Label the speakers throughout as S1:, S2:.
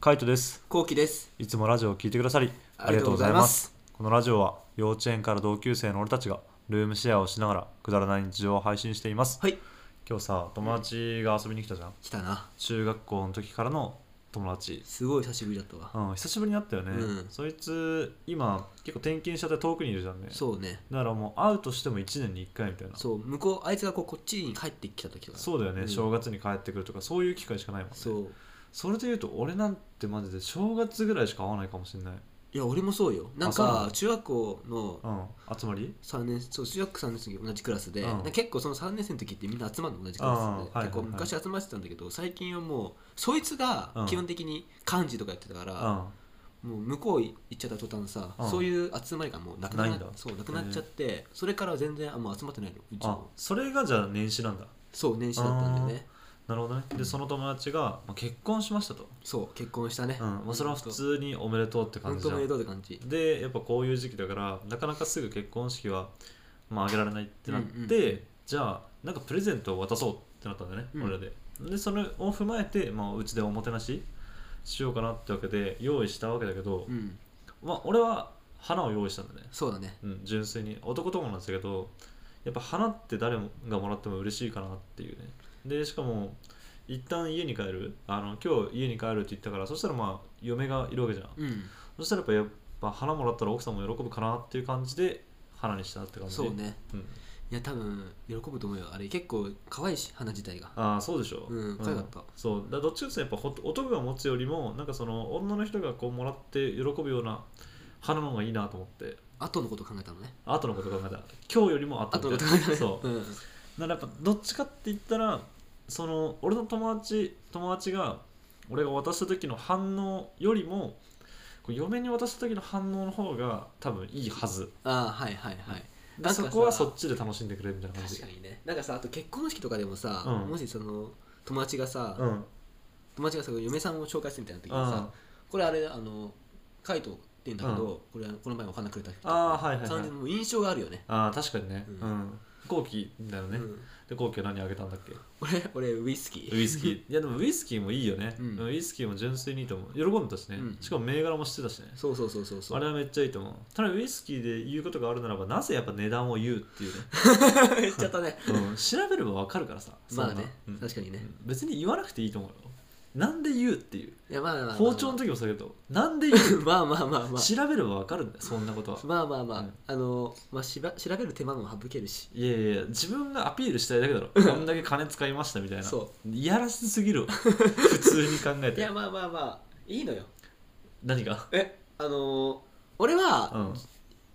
S1: カイトです
S2: こうきです。
S1: いつもラジオを聞いてくださりあ
S2: あ
S1: り
S2: り
S1: がと
S2: がと
S1: うご
S2: うご
S1: ざ
S2: ざ
S1: い
S2: い
S1: ま
S2: ますす
S1: このラジオは幼稚園から同級生の俺たちがルームシェアをしながらくだらない日常を配信しています
S2: はい。
S1: 今日さ友達が遊びに来たじゃん
S2: 来たな。
S1: 中学校の時からの友達
S2: すごい久しぶりだったわ。
S1: うん久しぶりに会ったよね、
S2: うん
S1: そいつ今結構転勤しちゃって遠くにいるじゃんね
S2: そうね。
S1: だからもう会うとしても1年に1回みたいな
S2: そう、向こう、あいつがこうこっちに帰ってきた時とか。
S1: そうだよね、
S2: ん
S1: 正月に帰ってくるとかそういう機会しかないもんね
S2: そう。
S1: それでいうと俺なんてマジで正月ぐらいしか会わないかもしれない
S2: いや、俺もそうよ。なん
S1: そうな
S2: か
S1: の、
S2: 中学校の
S1: うん集まり
S2: 3年、そう、中学3年生の時同じクラスで、
S1: うん
S2: なんか結構その3年生の時ってみんな集まるの同じク
S1: うん
S2: ラ
S1: はいはい
S2: スで。
S1: はい
S2: 結構昔集まってたんだけど、最近はもう、そいつが
S1: うん
S2: 基本的に漢字とかやってたか
S1: う
S2: ら、
S1: ん
S2: もう向こう行っちゃった途端さ、
S1: うん
S2: そういう集まりがもうなくな
S1: ない
S2: っ
S1: んだ
S2: そうなくなっちゃって、それから全然あもう集まってないの、うち
S1: あ
S2: も。
S1: それがじゃあ年始なんだ
S2: そう、年始だったんだよね。
S1: なるほどねでその友達が、まあ、結婚しましたと、
S2: そう結婚したね、
S1: うんまあ、それは普通におめでとうって感
S2: 本
S1: じじ
S2: 当
S1: ゃ
S2: お
S1: ん
S2: めでとうって感じ
S1: でやっぱこういう時期だからなかなかすぐ結婚式は、まあ、あげられないってなって、
S2: うんうん
S1: じゃあなんかプレゼントを渡そうってなったんだよね、
S2: うん
S1: 俺らででそれを踏まえて、まあ、うちでおもてなししようかなってわけで用意したわけだけど、
S2: うん
S1: まあ、俺は花を用意したんだね
S2: そうだね
S1: うん、純粋に男友達だけどやっぱ花って誰もがもらっても嬉しいかなっていうねでしかも一旦家に帰るあの今日家に帰るって言ったからそしたらまあ嫁がいるわけじゃん
S2: うん
S1: そしたらやっぱやっぱ花もらったら奥さんも喜ぶかなっていう感じで花にしたって感じ
S2: そう、ね
S1: うん、
S2: いや多分喜ぶと思うよあれ結構可愛いし花自体が
S1: ああそうでしょ
S2: うん可愛かった
S1: そうだからどっちかっていうとやっぱほ男が持つよりもなんかその女の人がこうもらって喜ぶような花の方がいいなと思って
S2: 後のこと考えたのね
S1: 後のこと考えた今日よりも後
S2: 後
S1: み
S2: の
S1: た
S2: こ
S1: いな
S2: と考えたね
S1: そう
S2: うん
S1: だからやっぱどっちかって言ったらその俺の友達友達が俺が渡した時の反応よりもこう嫁に渡した時の反応の方が多分いいはず
S2: ああはいはいはい
S1: で
S2: なんか
S1: そ
S2: さ
S1: こはそっちで楽しんでくれるみたいな感じ
S2: 確かにねなんかさあと結婚式とかでもさ、
S1: うん
S2: もしその友達がさ、
S1: うんうん
S2: 友達がさ嫁さんを紹介するみたいな時に
S1: あ
S2: さ、これあれあのカイトって言うんだけど、これこの前お花くれた人
S1: あーはいはいはい
S2: 感じのもう印象があるよね、
S1: あー確かにねう
S2: うん
S1: 後期だよね、
S2: うん
S1: で後期は何あげたんだっけ
S2: 俺俺ウイスキー
S1: ウイスキーいやでもウイスキーもいいよね、
S2: うん
S1: ウイスキーも純粋にいいと思う喜んでたしね、
S2: うん
S1: しかも銘柄も知ってたしね
S2: そうそうそうそうそう
S1: あれはめっちゃいいと思うただウイスキーで言うことがあるならばなぜやっぱ値段を言うっていうね
S2: 言っちゃったね
S1: うん、調べればわかるからさ
S2: まあね
S1: そんな
S2: 確かにね
S1: うん別に言わなくていいと思うよなんで言うっていう
S2: いやまあまあまあまあ
S1: 包丁の時もそうだけどなんで言う
S2: まあまあまあまあ
S1: 調べればわかるんだよそんなことは
S2: まあまあまあ、
S1: うん
S2: あのまあしば調べる手間も省けるし
S1: いやいやいや自分がアピールしたいだけだろこんだけ金使いましたみたいな
S2: そ
S1: いやらしすぎるわ 普通に考え
S2: い
S1: て
S2: やまあまあまあいいのよ
S1: 何が
S2: えあのー俺は、
S1: うん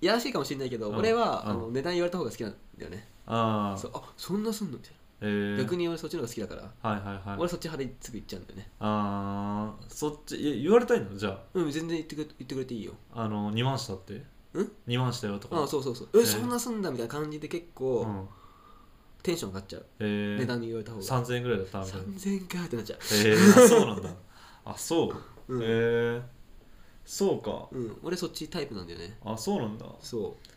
S2: いやらしいかもしれないけど、
S1: うん
S2: 俺は、
S1: うん
S2: あの値段言われた方が好きなんだよね、
S1: あ
S2: そ
S1: あ
S2: うあそんなすんのみたい
S1: え
S2: な、
S1: ー、
S2: 逆に俺そっちの方が好きだから、
S1: はいはいはい
S2: 俺そっち派ですぐ行っちゃうんだよね
S1: ああそっちいや言われたいのじゃ
S2: うん全然言ってくれ言ってくれていいよ
S1: ああの2万したって
S2: うん
S1: 2万したよとか
S2: あそうそうそう
S1: え
S2: え、
S1: ー
S2: そんなすんだみたいな感じで結構、
S1: ん、
S2: テンション上がっちゃう、
S1: えー、
S2: 値段言われた方が
S1: 3000円ぐらいだったみたいな
S2: 3000円かってなっちゃう
S1: えー、あそうなんだ。あ、そう。
S2: うん
S1: えー、そうか。
S2: うん俺そっちタイプなんだよね
S1: あ、そうなんだ。
S2: そう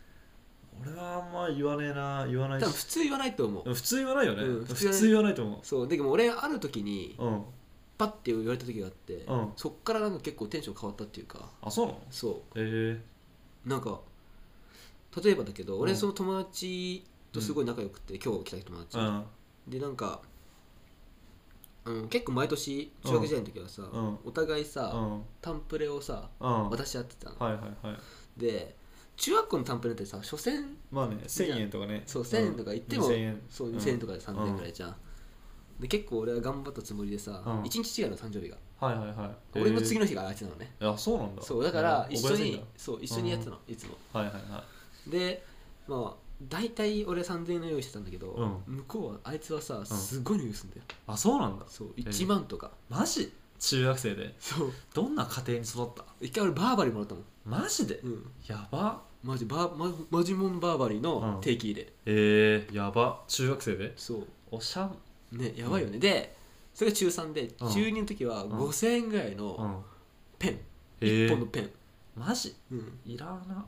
S1: 俺はあんま言わねえな、言わない
S2: 多分
S1: し。
S2: 普通言わないと思う
S1: 普通言わないよね。
S2: うん
S1: 普
S2: 普
S1: 通
S2: 通
S1: 言わないと思
S2: そうでも俺ある時に
S1: う。うん。
S2: パッて言われた時があって、
S1: うん
S2: そっからなんか結構テンション変わったっていうか
S1: あ、そうなの
S2: そ
S1: えー、
S2: うなんか例えばだけど俺
S1: うん
S2: その友達とすごい仲良くて、今日来た友達、
S1: うん。
S2: でなんか、うん、結構毎年中学時代の時はさ、
S1: うん
S2: お互いさ、
S1: うん。
S2: タンプレをさ
S1: うん。はい
S2: 渡し合ってたの、
S1: はいはい。
S2: で中学校のタンプレってさ所詮
S1: まあね、1000円とかね。
S2: そう1000円とか言っても、
S1: 2000円。
S2: そう
S1: うん
S2: 2000円とかで3000円ぐらいじゃん、で結構俺は頑張ったつもりでさ、
S1: うん
S2: 一1日違いの誕生日が、
S1: はいはいはい。
S2: 俺の次
S1: の。
S2: の日があいつなのね
S1: いや、そうなんだ。
S2: そうだから
S1: うん
S2: 一緒
S1: 覚えやすいん
S2: に
S1: だ
S2: そう一緒にやってたの、いつも
S1: はいはいはい。
S2: でまあ大体俺3000円の用意してたんだけど、向こうはあいつはさすごいの用意するんだよ、
S1: あ、そうなんだ。
S2: そう
S1: えー
S2: 1万とか、
S1: マジ中学生で。
S2: そう
S1: どんな家庭に育った
S2: 一回俺バーバリーもらったもん
S1: マジで
S2: うん
S1: やば。
S2: マジバーママジモンバーバリーの定期入れ、
S1: えー、やば中学生で
S2: そう
S1: おしゃん
S2: ねやばいよね、でそれが中3で、
S1: うん
S2: 中2の時は
S1: ん
S2: 5000円ぐらいの
S1: ん
S2: ペン、
S1: え
S2: 1本の
S1: ー、
S2: ペン、
S1: マジ
S2: うん
S1: いらな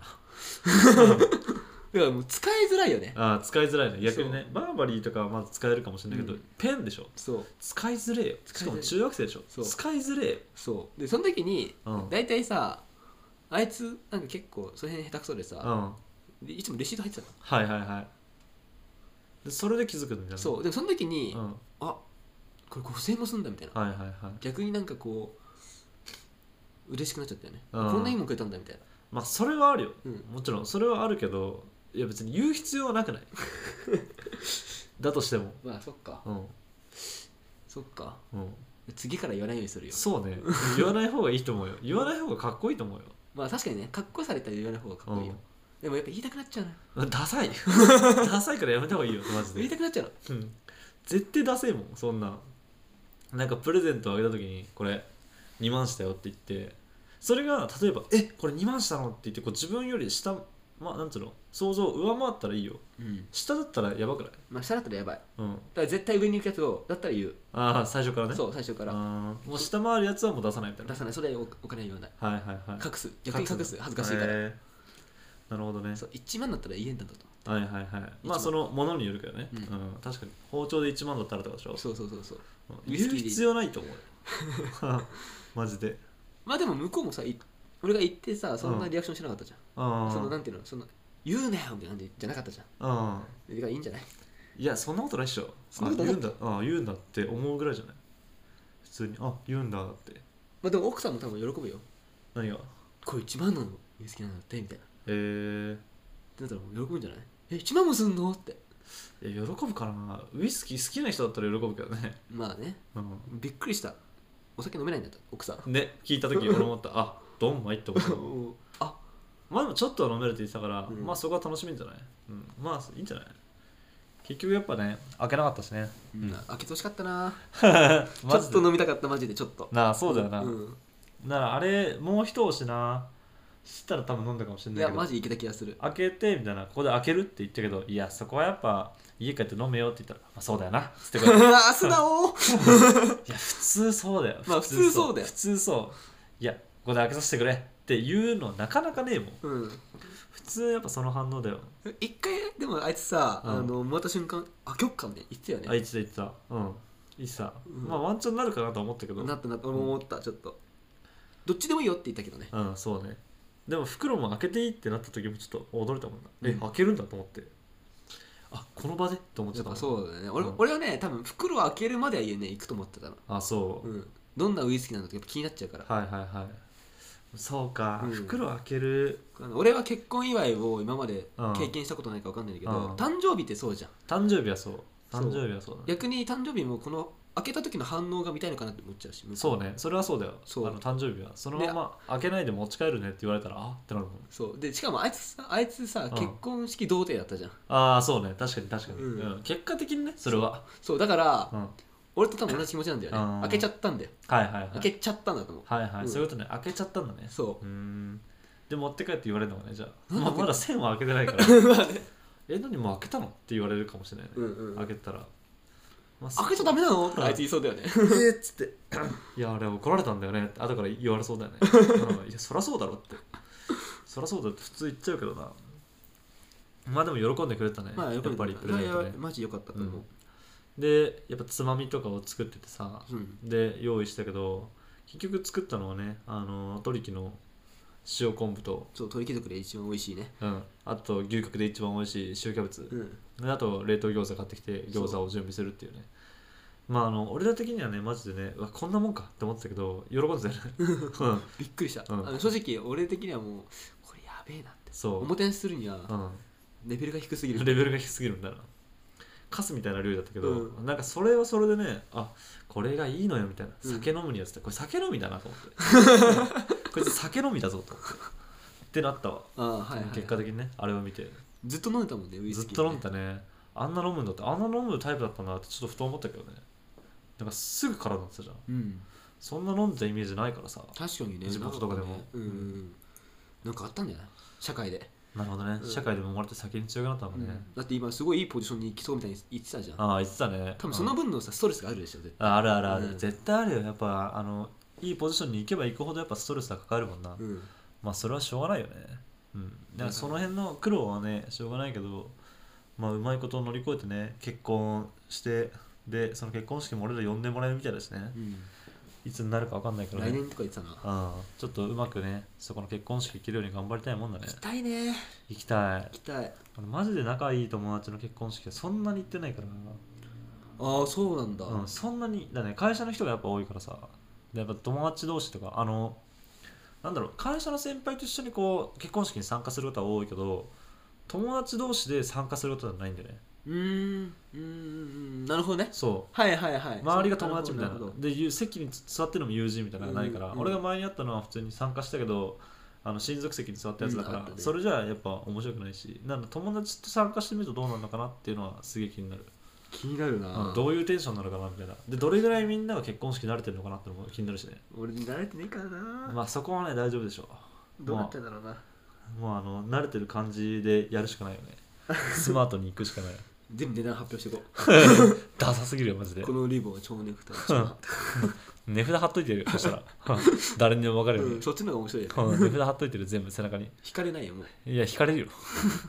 S2: だからもう使いづらいよね
S1: ああ使いづらいね逆にねバーバリーとかはまだ使えるかもしれないけど、
S2: うん
S1: ペンでしょ
S2: そう
S1: 使いづれえよ
S2: 使
S1: しか
S2: いづ
S1: らも
S2: い
S1: 中学生でしょ
S2: そう
S1: 使いづれえよ
S2: そうでその時に
S1: うん
S2: 大体さあいつなんか結構その辺下手くそで
S1: うん
S2: さ、
S1: はい
S2: でいつもレシート入ってたの、
S1: はいはいでそれで気づくんだよね
S2: そうでもその時に、
S1: うん、
S2: あこれ5000円もすんだみたいな、
S1: はいはいはい
S2: 逆になんかこう嬉しくなっちゃったよね、
S1: うん
S2: こんないいもんくれたんだみたいな
S1: まあそれはあるよ
S2: うん
S1: もちろんそれはあるけどいや別に言う必要はな くないだとしても
S2: まあそっか
S1: うん
S2: そっか
S1: うん
S2: 次から言わないようにするよ
S1: そうね言わない方がいいと思うよ言わない方がかっこいいと思うよ
S2: まあ確かにねかっこよされたら言わない方がかっこいいよ、でもやっぱ言いたくなっちゃうな
S1: うんダ サいダサいからやめた方がいいよマジ
S2: 言い
S1: で、
S2: たくなっちゃうの
S1: うん、絶対ダセいもんそんななんかプレゼントをあげた時にこれ2万したよって言ってそれが例えば「えこれ2万したの?」って言ってこう自分より下まあなんつうの想像を上回ったらいいよ
S2: うん
S1: 下だったらやばくない
S2: まあ下だったらやばいだか
S1: うん
S2: ら絶対上に行くやつをだったら言う、
S1: ああ最初からね
S2: そう最初から
S1: あーもう下回るやつはもう出さないみたいな
S2: 出さないそれおお金は言わない
S1: はいはいはい
S2: 隠す逆に隠す恥ずかしいから、
S1: へーなるほどね
S2: そう1万だったら言えんだと
S1: はいはいはいまあ
S2: 一番
S1: そのものによるけどね、う
S2: うんん
S1: 確かに包丁で1万だったらとかでしょ
S2: そうそうそうそう
S1: うん
S2: ウイ
S1: 言
S2: ス
S1: う
S2: キーで
S1: 必要ないと思うよ マジで
S2: まあでも向こうもさい俺が言ってさそんなリアクションしなかったじゃん、
S1: あ
S2: そのな
S1: ー
S2: んていうのその言うなよみたいな感じじゃなかったじゃん
S1: あ
S2: だからいいんじゃない
S1: ーいやそんなことないっしょ
S2: そん
S1: あ
S2: なこと
S1: 言
S2: な
S1: う
S2: か
S1: ん
S2: った
S1: だあー言うんだって思うぐらいじゃない普通にあ言うんだって
S2: まあでも奥さんも多分喜ぶよ
S1: 何が
S2: これ1万なの好きなんだってみたいな
S1: えー、
S2: だったらもう喜ぶんじゃないえ1万もすんのって
S1: いや喜ぶかなウイスキー好きな人だったら喜ぶけどね、
S2: まあね
S1: うん、
S2: びっくりしたお酒飲めないんだった奥さん
S1: ね聞いた 時俺思ったあドンマイって 思った
S2: あ
S1: まあでもちょっとは飲めるって言ってたから、
S2: うん
S1: まあそこは楽しみんじゃない、うん、まあいいんじゃない結局やっぱね開けなかったし ね
S2: うん開けてほしかったなちょ
S1: マ
S2: っ
S1: ジ
S2: と
S1: で
S2: 飲みたかったマジでちょっと
S1: なあそうだよな、
S2: うん
S1: ならあれもう一押しなしたら多分飲んだかもしれ
S2: い
S1: ない
S2: や
S1: けど
S2: マジいけた気がする
S1: 開けてみたいなここで開けるって言ったけどいやそこはやっぱ家帰って飲めよって言ったら、まあ、そうだよ なつってこ
S2: う
S1: れい
S2: わ素直
S1: や普通そうだよ
S2: まあ普通そうだよ
S1: 普通そういやここで開けさせてくれって言うのなかなかねえもん
S2: うん
S1: 普通やっぱその反応だよ
S2: 一回でもあいつさ、
S1: うん
S2: あのもらった瞬間あ許可みたいな言ってたよね
S1: あいつで言ってたうんいいさ、
S2: うん
S1: まあワンチャンになるかなと思ったけど
S2: なったなった俺も思ったちょっとどっちでもいいよって言ったけどね
S1: うんそうねでも袋も開けていいってなった時もちょっと驚いたもんな、え
S2: うん
S1: 開けるんだと思ってあこの場でと思っちゃ
S2: や
S1: っ
S2: ったぱ
S1: もん
S2: そうだよね俺,、
S1: うん
S2: 俺はね多分袋を開けるまでは家ね行くと思ってたの、
S1: あそう、
S2: うん、どんなウイスキーなのかやっぱ気になっちゃうから、
S1: はいはいはいそうか、
S2: うん
S1: 袋開ける
S2: あの俺は結婚祝いを今まで
S1: うん
S2: 経験したことないから分かんないんだけ
S1: う
S2: ど、
S1: ん
S2: 誕生日ってそうじゃん
S1: 誕生日はそう
S2: そう
S1: 誕生日はそうだね
S2: 逆に誕生日もこの開けた時の反応が見たいのかなって思っちゃうし
S1: そううねそれはそうだよ
S2: そう
S1: あの誕生日はそのまま開けないで持ち帰るねって言われたらあってなるもん
S2: そうでしかもあいつさあいつさ、
S1: ん
S2: 結婚式童貞だったじゃん
S1: ああそうね確かに確かに、
S2: うん
S1: うん結果的にねそれは
S2: そうだから、
S1: うん、はい
S2: 俺と多分同じ気持ちなんだよ
S1: うん
S2: ね開けちゃったんだよ
S1: はいはい
S2: 開けちゃったんだと思う
S1: はいはい、
S2: うん
S1: そういうことね開けちゃったんだね
S2: そう
S1: ーんで持って帰って言われるのがねじゃあ、
S2: なん
S1: まあ、
S2: だっけ
S1: まだ線は開けてない からえ何もう開けたのって言われるかもしれないね、
S2: う、うんうん、
S1: 開けたら、まあ、
S2: 開けちゃダメなのってあいつ言いそうだよね
S1: えっつって「いやあれ怒られたんだよね」って後から言われそうだよね 「うんいやそらそうだろ」ってそらそうだって普通言っちゃうけどな まあでも喜んでくれたね、
S2: まあ
S1: や
S2: よ
S1: っ
S2: か
S1: ぱりプレゼントね
S2: マジ良かったと思う、
S1: でやっぱつまみとかを作っててさ
S2: うん
S1: で用意したけど結局作ったのはねあのトリキの塩昆布と、
S2: そう鳥貴族で一番美味しいね
S1: うん、あと牛角で一番美味しい塩キャベツ、
S2: うん
S1: であと冷凍餃子買ってきて餃子を準備するっていうねまああの俺ら的にはねマジでねうわこんなもんかって思ってたけど喜んでたよね、うん、
S2: びっくりした、
S1: うん
S2: あの正直俺的にはもうこれやべえなって
S1: そ
S2: お
S1: う
S2: もてなしするに
S1: う
S2: は
S1: ん、
S2: レベルが低すぎる
S1: レベルが低すぎるんだなカスみたいな料理だったけど、
S2: う
S1: なんかそれはそれでねあこれがいいのよみたいな
S2: うん
S1: 酒飲むにはつってこれ酒飲みだなと思って、う んこいつ酒飲みだぞと思ってってなったわ、
S2: ああはい、はい、
S1: 結果的にねあれを見て
S2: ずっと飲んでたもんねウイ
S1: ずっ
S2: スキー、ね、
S1: と飲んでたねあんな飲むんだってあんな飲むタイプだったんだってちょっとふと思ったけどねなんかすぐ空になってたじゃん
S2: うん
S1: そんな飲んでたイメージないからさ
S2: 確かにね
S1: 地元とかでも
S2: なんねうんうんうんなんかあったんじゃない社会で、
S1: なるほどね、
S2: うん
S1: 社会でも生まれて先に強くなったのね、
S2: だって今すごいいいポジションに行きそうみたいに言ってたじゃん
S1: ああ言ってたね
S2: 多分その分のさストレスがあるでしょ絶
S1: ああるあるある、
S2: うん
S1: 絶対あるよやっぱあのいいポジションに行けば行くほどやっぱストレスがかかるもんな、
S2: 対うん
S1: まあそれはしょうがないよねうん、だからその辺の苦労はねしょうがないけど、まあ、うまいこと乗り越えてね結婚してでその結婚式も俺ら呼んでもらえるみたいですね
S2: うん、
S1: いつになるか分かんないから
S2: 来
S1: ね
S2: 年とか言ってたな
S1: ああちょっとうまくねそこの結婚式行けるように頑張りたいもんだね
S2: 行きたいね
S1: 行きたい
S2: 行きたい
S1: 俺マジで仲いい友達の結婚式はそんなに行ってないから
S2: ああそうなんだ、
S1: うん、そんなにだね会社の人がやっぱ多いからさでやっぱ友達同士とかあのなんだろう会社の先輩と一緒にこう結婚式に参加することは多いけど友達同士で参加することはないんだよね
S2: うーんうーんなるほどね
S1: そ
S2: はいはいはいう
S1: 周りが友達みたいな
S2: るほどるほど
S1: でゆ席に座ってるのも友人みたいなのがないから、
S2: うんうん
S1: 俺が前にあったのは普通に参加したけどあの親族席に座ったやつだから
S2: う、んあったね
S1: それじゃやっぱ面白くないしなんだ友達と参加してみるとどうなるのかなっていうのはすげえ気になる
S2: 気になるな、
S1: うんどういうテンションなのかなみたいなでどれぐらいみんなが結婚式慣れてるのかなってのも気になるしね
S2: 俺慣れてねえからな、
S1: まあそこはね大丈夫でしょ
S2: どうなっちゃうんだろうな、
S1: うもうあの慣れてる感じでやるしかないよ ねスマートに行くしかない
S2: 全部値段発表していこ
S1: ダサすぎるよマジで
S2: うこのリボンは超ネクタイ超ハッ
S1: 値札貼っといてるそしたら 誰にでも分かる
S2: ト
S1: ように、
S2: うんそっちの方が面白いよ
S1: うん値札貼っといてる全部背中に
S2: 引かれないよもう
S1: いや引かれるよ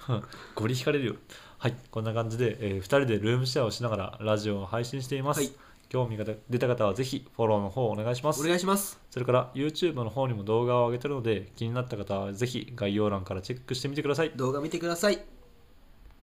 S1: ゴリ引かれるよはいこんな感じで、え2人でルームシェアをしながらラジオを配信しています、
S2: はい
S1: 興味が出た方はぜひフォローの方お願いします
S2: お願いします
S1: それから YouTube の方にも動画を上げてるので気になった方はぜひ概要欄からチェックしてみてください
S2: 動画見てください